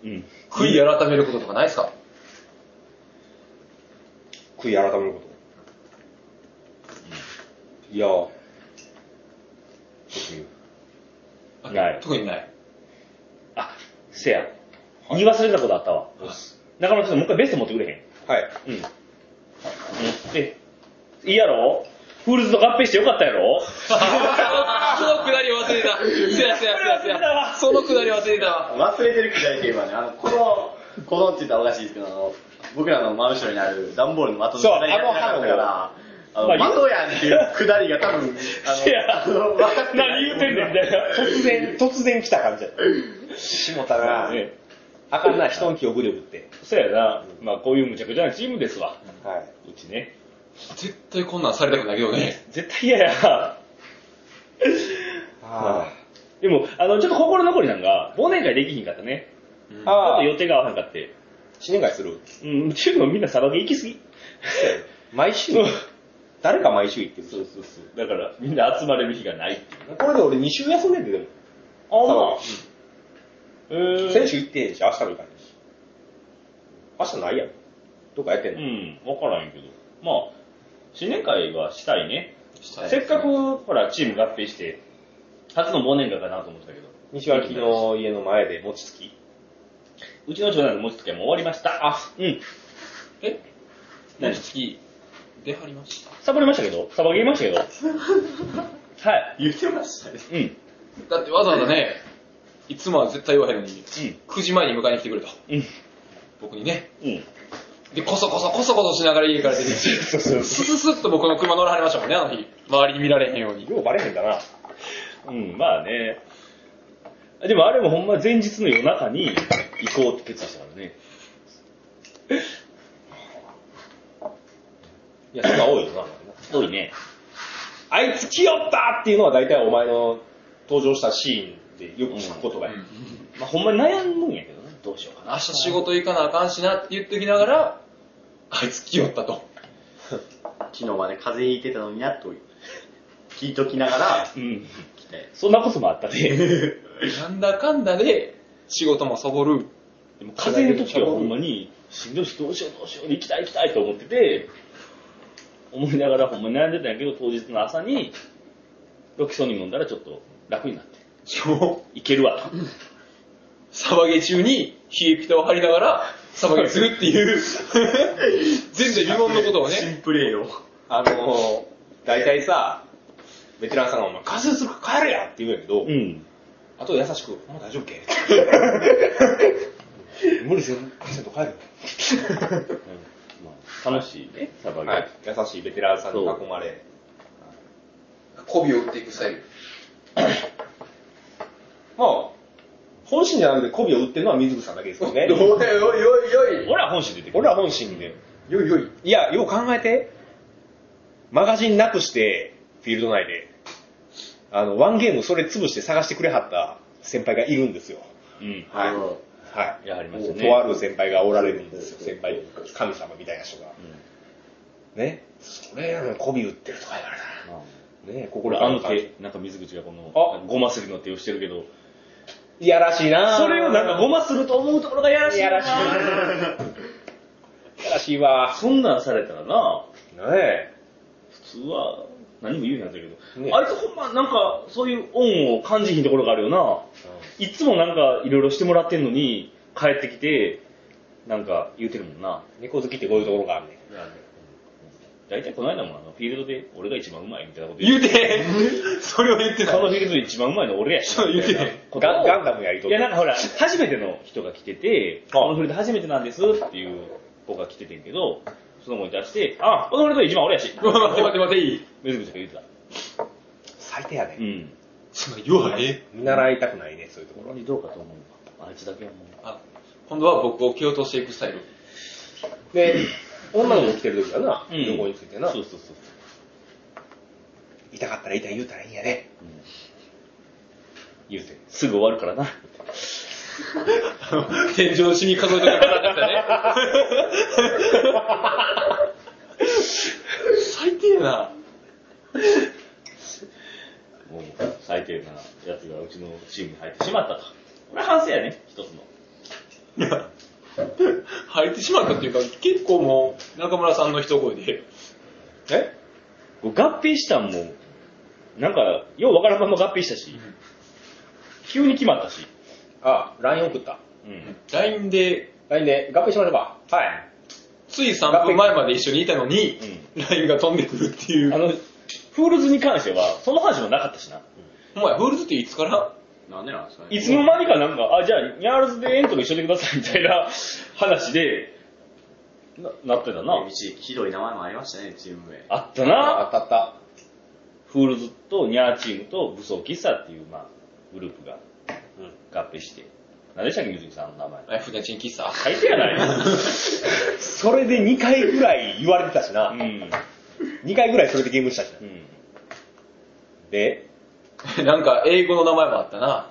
Speaker 2: うん。
Speaker 3: 悔い改めることとかないですか
Speaker 1: 悔い改めること。いや、特に
Speaker 2: ない
Speaker 3: 特にない。
Speaker 2: あ、せや。言い忘れたことあったわ。中村さん、もう一回ベスト持ってくれへん。
Speaker 1: はい。
Speaker 2: うん。持って、いいやろフールズと合併してよかったや ろ
Speaker 3: そのくだり忘れた。せやせやせやせや。そのくだり忘れたわ。
Speaker 4: 忘れてるくらいといえばね、あの、この、このって言ったらおかしいですけど、あの、僕らの真後ろにある段ボールの的の
Speaker 1: そう
Speaker 4: くだりやってなかったから、あの、
Speaker 2: まあ
Speaker 4: 的やんっていうくだりが多分、
Speaker 2: せや
Speaker 4: あの、分かってない
Speaker 2: 何言うてんねんみたいな。
Speaker 1: 突 然、突然来た感じだった。しもたな
Speaker 2: ね
Speaker 1: あかんな、人の記憶力って。
Speaker 2: そうやな。まあこういうむちゃくちゃなチームですわ。
Speaker 1: はい。
Speaker 2: うちね。
Speaker 3: 絶対こんなんされたくないよね。
Speaker 2: 絶対嫌や。
Speaker 1: あ
Speaker 2: でも、あの、ちょっと心残りなんが、忘年会できひんかったね。
Speaker 1: ー
Speaker 2: ちょっ
Speaker 1: あ
Speaker 2: と
Speaker 1: ー、
Speaker 2: 予定が合わへんかって。
Speaker 1: 新年会する
Speaker 2: うん、チームみんなサバゲ行き過ぎ。
Speaker 1: 毎週誰か毎週行ってる。
Speaker 2: そうそうそう。だから、みんな集まれる日がないっていう。
Speaker 1: これで俺2週休んでんで、でも。ま
Speaker 2: あ
Speaker 1: あ
Speaker 2: うーん。
Speaker 1: 先週行ってんし、明日も行かへんし。明日ないやん。どっかやってん
Speaker 2: う
Speaker 1: の、
Speaker 2: ん、わからんけど。まあ、新年会はしたいね。
Speaker 3: した い
Speaker 2: せっかく、ほら、チーム合併して、初の忘年会かなと思ってたけど。
Speaker 1: 西脇の家の前で餅つき
Speaker 2: うちの長男の餅つきはもう終わりました。あ、うん。
Speaker 3: え
Speaker 2: 何
Speaker 3: 月、出張りました。
Speaker 2: サボりましたけど、サボりま したけど。はい。
Speaker 4: 言ってましたね。
Speaker 2: うん。うん。
Speaker 3: だってわざわざね、いつもは絶対言わへんのに、9時前に迎えに来てくれと。
Speaker 2: うん。
Speaker 3: 僕にね。
Speaker 2: うん。
Speaker 3: で、こそこそこそこそしながら家から出てきて、
Speaker 2: そうそう
Speaker 3: スススッと僕の車乗らはりましたもんね、あの日。周りに見られへんように。
Speaker 1: ようバレへんかな。
Speaker 2: う。ん、まあね。でもあれもほんま前日の夜中に行こうって決意したからね。
Speaker 1: いや、そんな多いよな。
Speaker 2: 多いね。
Speaker 1: あいつ来よったっていうのは大体お前の登場したシーンでよく聞く言葉や。
Speaker 2: まあほんまに悩むんやけどね。どうしようかな。
Speaker 3: 明日仕事行かなあかんしなって言ってきながら、あいつ来よったと。
Speaker 4: 昨日まで風邪ひいてたのにやっと、聞いときながら、
Speaker 2: うん。
Speaker 4: 来て。
Speaker 2: そんなこともあった ね。
Speaker 3: なんだかんだで、仕事もサボる。
Speaker 2: でも風邪の時はほんまに、しんどいしどうしようどうしよう、行きたい行きたいと思ってて、思いながらほんまに悩んでたんやけど、当日の朝に、ロキソニン飲んだらちょっと楽になって、
Speaker 3: 今
Speaker 2: いけるわと。
Speaker 3: 日、サバゲー中に冷えピタを張りながら、サバゲーするって いう、前代未聞のことをね。
Speaker 4: 新プレイを。
Speaker 1: あのー、大体さ、ベテランさんがお前、風邪するから帰れやって言うんやけど、
Speaker 2: うん。
Speaker 1: あと優しく、お前大丈夫 け無理せんせんと帰るよ。
Speaker 2: まあ、楽しいね、サバゲー。
Speaker 1: はい、優しいベテランさんに囲まれ、
Speaker 3: 媚びを打っていくスタイル。
Speaker 1: まあ、本心じゃなくて媚びを売ってるのは水口さんだけですよ ね。
Speaker 3: おいおいおいおい。
Speaker 2: 俺は本心出てくる。
Speaker 1: 俺は本心で。
Speaker 3: よいよい。
Speaker 1: いや、よう考えて、マガジンなくして、フィールド内で、あの、ワンゲームそれ潰して探してくれはった先輩がいるんですよ。
Speaker 2: うん。
Speaker 1: はい。
Speaker 4: も
Speaker 1: は
Speaker 2: やはりました
Speaker 1: い。
Speaker 2: ね。
Speaker 1: とある先輩がおられるんですよ。先輩、神様みたいな人が。ね。それやのに媚び売ってるとか言われ
Speaker 2: うんまあ
Speaker 1: たら。ね
Speaker 2: これ
Speaker 1: 心
Speaker 2: あ
Speaker 1: あ
Speaker 2: の
Speaker 1: の手。
Speaker 2: 手、なんか水口がこの、
Speaker 1: あ
Speaker 2: ごますりの手をしてるけど、
Speaker 1: いやらしいな
Speaker 2: それをなんかご
Speaker 1: ま
Speaker 2: ますると思うところがやらし
Speaker 1: い
Speaker 2: いな。
Speaker 1: やらしいいやらしいわ。
Speaker 2: そんなんされたらな、
Speaker 1: ねえ。
Speaker 2: 普通は何も言うなんだけど、
Speaker 1: ね
Speaker 2: あいつほんまなんかそういう恩を感じひんところがあるよな、いつもなんかいろいろしてもらってんのに帰ってきてなんか言うてるもんな
Speaker 1: 猫好きってこういうところがあるね。
Speaker 2: 大体この間もあの、フィールドで俺が一番うまいみたいなこと言
Speaker 3: 言う
Speaker 2: う。
Speaker 3: て、 それを言ってた
Speaker 2: そ。のフィールドで一番うまいの俺やし。
Speaker 3: そう言うて
Speaker 2: みたいなことを
Speaker 1: ガンガンダムやりとっ
Speaker 2: い
Speaker 1: て
Speaker 2: や、なんかほら、初めての人が来てて、このフィールド初めてなんですっていう子が来ててんけど、その子に出して、あ、俺と一番俺や し。
Speaker 3: うわ待って待って待って、いい。
Speaker 2: めずぐずが言ってた。
Speaker 1: 最低やね
Speaker 2: う。ん。
Speaker 3: その言わへん。
Speaker 1: 見習いたくないね、そういうところ
Speaker 2: 俺にどうかと思うわあいつだけはもう。
Speaker 3: あ今度は僕を蹴落としていくスタイル。
Speaker 1: で、女の子来てる時はな、
Speaker 2: うん
Speaker 1: 旅行についてな
Speaker 2: そ、うそうそう。
Speaker 1: 痛かったら痛い言うたらいいんやね。
Speaker 2: うん
Speaker 1: 言うて。
Speaker 2: すぐ終わるからな。
Speaker 3: 天井の死に数えとかな かったね。最低やな。
Speaker 2: もう最低なやつがうちのチームに入ってしまったと。これは反省やね、一つの。
Speaker 3: いや、入ってしまったっていうか、結構もう、中村さんの一声で、
Speaker 1: え
Speaker 2: こう合併したんも、なんか、ようわからんまま合併したし、急に決まったし。
Speaker 1: あ、LINE 送った。
Speaker 2: うん。
Speaker 3: LINE で、
Speaker 1: LINE で合併しましょうか。はい。
Speaker 3: つい3分前まで一緒にいたのに、LINE が飛んでくるっていう。
Speaker 2: あの、フールズに関しては、その話もなかったしな。
Speaker 3: お前、フールズっていつから
Speaker 4: なんでなんですかね。
Speaker 2: いつの間にかなんか、あ、じゃあ、ニャールズでエントリーしといてくださいみたいな話で、な、なってたな
Speaker 4: う。ち、ひどい名前もありましたね、チーム名。
Speaker 2: あった
Speaker 1: あ
Speaker 2: な。
Speaker 1: ったあった。
Speaker 2: フールズとニャーチームと武装喫茶っていう、まあ、グループが
Speaker 1: うん
Speaker 2: 合併して。何でしたっけ、水木さんの名前。
Speaker 3: あ船賃喫茶。
Speaker 2: 最低やない
Speaker 1: それで2回ぐらい言われてたし
Speaker 2: う
Speaker 1: な。
Speaker 2: ん。
Speaker 1: 2回ぐらいそれでゲームしたしな
Speaker 2: う。ん。
Speaker 1: で、
Speaker 3: なんか、英語の名前もあったな。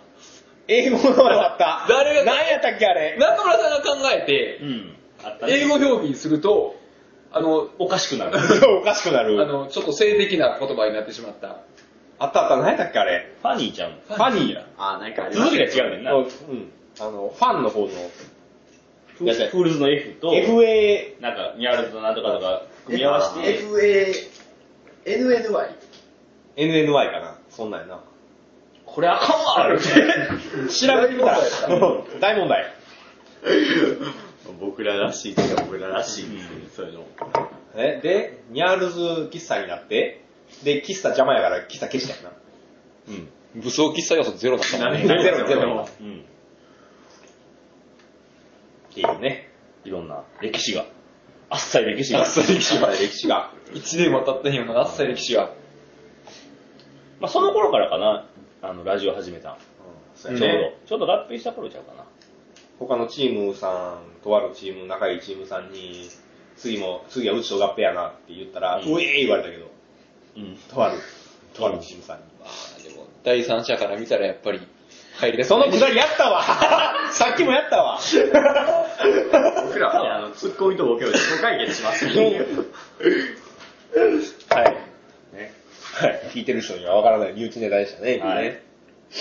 Speaker 1: 英語の名前あ った。
Speaker 3: 誰が
Speaker 1: 何やったっけあれ。
Speaker 3: 中村さんが考えて
Speaker 2: う、ん。あったね
Speaker 3: 英語表記にすると、あの、
Speaker 2: おかしくなる。
Speaker 1: おかしくな
Speaker 3: あ
Speaker 1: る。
Speaker 3: の、ちょっと性的な言葉になってしまった。
Speaker 1: あったあった。何やったっけあれ。
Speaker 2: ファニーちゃん。フ
Speaker 1: ァニーや。
Speaker 4: あ、なんかありま
Speaker 2: 続
Speaker 4: し
Speaker 2: き
Speaker 4: た
Speaker 2: が違うねんな。
Speaker 1: うん。あの、ファンの方の。
Speaker 2: フールズの F と、
Speaker 1: FA、
Speaker 2: なんか、ニャールズとなんとかとか、組み合わせて、
Speaker 4: FA、NNY。
Speaker 1: NNY かな。そんなんやな。
Speaker 2: これあかんわって。
Speaker 1: 調べてみたら、うん大問題。
Speaker 4: 僕ららしいって僕ららしいですね、そういうの。
Speaker 1: え、で、ニャールズ喫茶になって、で、喫茶邪魔やから喫茶消したよ
Speaker 2: うん。
Speaker 3: 武装喫茶要素ゼロだったもんね。
Speaker 1: な。ゼロゼロ。
Speaker 2: うん。
Speaker 1: っていうね。
Speaker 2: いろんな歴史が。あっさい歴史
Speaker 1: あ
Speaker 2: が
Speaker 1: っ。さり歴史が。歴史が。
Speaker 3: 1年も経ってへんよな、あっさり歴史が。
Speaker 2: まあ、その頃からかな、あの、ラジオ始めたん。
Speaker 1: そう
Speaker 2: ちょ
Speaker 1: や
Speaker 2: う
Speaker 1: ね
Speaker 2: ど。ちょうど合併した頃ちゃうかな。
Speaker 1: 他のチームさん、とあるチーム、仲いいチームさんに、次も、次はうちと合併やなって言ったら、う
Speaker 2: う
Speaker 1: え
Speaker 2: ん
Speaker 1: ー言われたけど、
Speaker 2: うん。
Speaker 1: とある、とあるチームさんに。
Speaker 3: まあでも、第三者から見たらやっぱり、入れ
Speaker 1: そのくだりやった わさっきもやったわ
Speaker 4: 僕らはね、あの、ツッコミとボケを自己解決しますからね。
Speaker 1: はい。
Speaker 2: ね。
Speaker 1: はい。聞いてる人にはわからない身内ネタでしたね、今
Speaker 2: は
Speaker 1: ね
Speaker 2: い。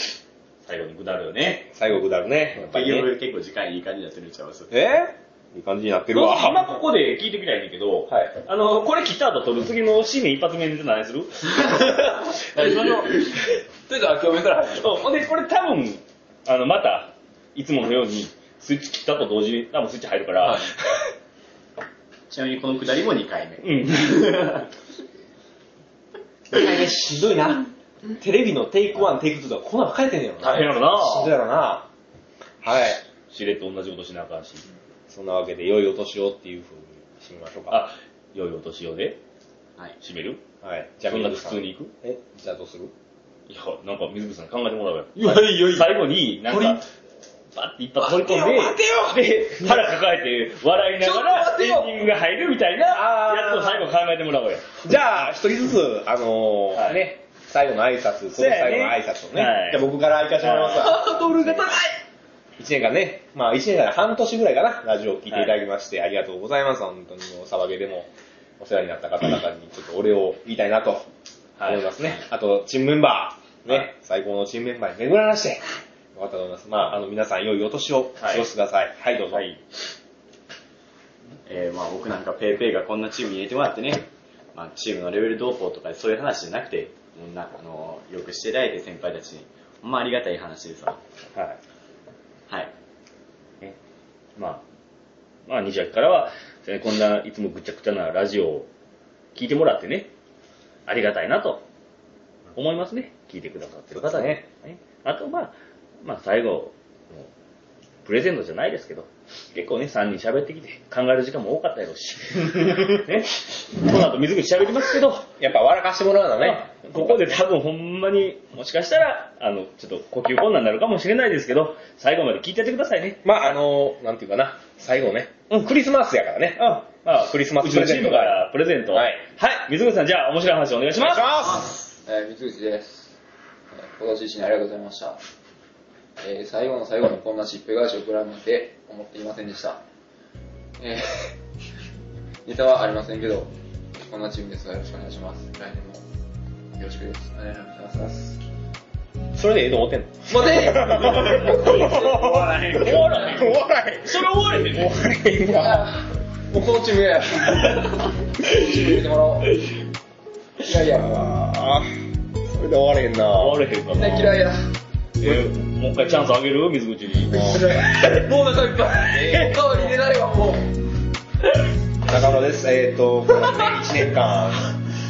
Speaker 2: 最後に下るよね。
Speaker 1: 最後くだるね。やっぱりね。
Speaker 4: 結構時間いい感じになってるんちゃいます
Speaker 1: えーいい感じになってるわ。
Speaker 2: 今ここで聞いてみたいねんだけど、
Speaker 1: はい
Speaker 2: あの、これ切った後撮る次の新年一発目に出て何 する
Speaker 3: 今の、とりあえず明けおめから入る。
Speaker 2: そうほんで、これ多分、あの、また、いつものように、スイッチ切ったと同時に、多分スイッチ入るから、
Speaker 3: はい
Speaker 4: ちなみにこのくだりも2回目。
Speaker 2: うん。
Speaker 1: しんどいな。テレビのテイクワン、テイクツーとかこんなの書いてんねやろな。
Speaker 2: 大変やろ
Speaker 1: しんどい
Speaker 2: な
Speaker 1: やろな。はい。
Speaker 2: しれっと同じことしなあかんし。
Speaker 1: そんなわけで、良いお年をっていう風にしみましょうか。
Speaker 2: あ、良いお年をで、
Speaker 4: はい。
Speaker 2: 締める
Speaker 1: はい。じ
Speaker 2: そんな普
Speaker 1: 水木さ
Speaker 2: 通に行く
Speaker 1: え、じゃあどうする
Speaker 2: いや、なんか水口さん考えてもらおうよ。
Speaker 3: いやいやいや
Speaker 2: 最後に、なん
Speaker 3: 鳥
Speaker 2: か、バッて一発取り込ん
Speaker 3: 待て
Speaker 2: で、で、腹抱えて笑いなが
Speaker 3: ちょっと待
Speaker 2: ら、
Speaker 3: て
Speaker 2: エン
Speaker 3: よ
Speaker 2: ディングが入るみたいな、
Speaker 1: あー
Speaker 2: やつを最後考えてもらおうよ。
Speaker 1: じゃあ、一人ずつ、あのー
Speaker 2: はい
Speaker 1: ね、最後の挨拶、そ
Speaker 2: そう
Speaker 1: の
Speaker 2: や
Speaker 1: 最後
Speaker 2: ね
Speaker 1: の挨拶をね、
Speaker 2: はい
Speaker 1: じゃあ僕から行かせてもらいますわ。
Speaker 3: ハードルが高い
Speaker 1: 一年間ね、まあ一年間半年ぐらいかな、ラジオを聞いていただきまして、ありがとうございます。本当にもう、サバゲでもお世話になった方々にちょっとお礼を言いたいなと
Speaker 2: はい
Speaker 1: 思いますね。あと、チームメンバー、ね、
Speaker 2: はい
Speaker 1: 最高のチームメンバーに巡らなして、よかったと思います。まあ、あの、皆さん良いお年をお過ごしください。はい、どうぞ。
Speaker 2: はい。
Speaker 4: えー、まあ僕なんかペイペイがこんなチームに入れてもらってね、まあチームのレベル同行とかそういう話じゃなくて、もうなあのよくしていただいて先輩たちに、ほんまありがたい話ですわ。
Speaker 2: はい。
Speaker 4: はい。
Speaker 2: ねまあ、まあ、西脇からは、こんないつもぐちゃぐちゃなラジオを聞いてもらってね、ありがたいなと思いますね。聞いてくださってる方にね。あと、まあ、まあ、最後、もうプレゼントじゃないですけど、結構ね、3人喋ってきて、考える時間も多かったやろうし、ね、この後水口喋りますけど、
Speaker 1: やっぱ笑かしてもらうのね。
Speaker 2: ここで多分ほんまに、もしかしたら、あの、ちょっと呼吸困難になるかもしれないですけど、最後まで聞いてやってくださいね。
Speaker 1: まああの、なんていうかな、最後ね。クリスマスやからね。
Speaker 2: あ、あ
Speaker 1: クリスマス
Speaker 2: うちのチ
Speaker 1: プレゼ
Speaker 2: ー
Speaker 1: ン
Speaker 2: ム
Speaker 1: ト
Speaker 2: からプレゼント。
Speaker 1: はい。
Speaker 2: 水口さん、じゃあ面白い話お願いします。
Speaker 1: ます
Speaker 3: えー、三口です。えー今年一年ありがとうございました。えー、最後の最後にこんなしっぺ返しを食らうなんて思っていませんでした。えー、ネ タはありませんけど、こんなチームですがよろしくお願いします。来年もよろしくです。お願いします。
Speaker 1: それでええと思ってんの
Speaker 3: すいません
Speaker 1: 終わらへん。終わらへん。終わらへん。
Speaker 2: それ終わりでね。
Speaker 3: もうこのチーム や。このチーム入れてもらおう。嫌いや。
Speaker 1: あーそれで終われへんな
Speaker 2: 終われへんかな。
Speaker 3: 嫌い嫌いや。
Speaker 2: えもう一回チャンスあげる水口に。
Speaker 3: もうお腹いっぱい。おかわり入れないわ、もう。
Speaker 1: 中野です。えっ、ー、と、この1年間。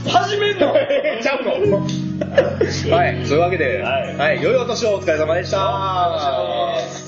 Speaker 2: 始めんの
Speaker 1: ちゃうのはい、そういうわけで、
Speaker 2: はい
Speaker 1: はい、良いお年をお疲れ様でした。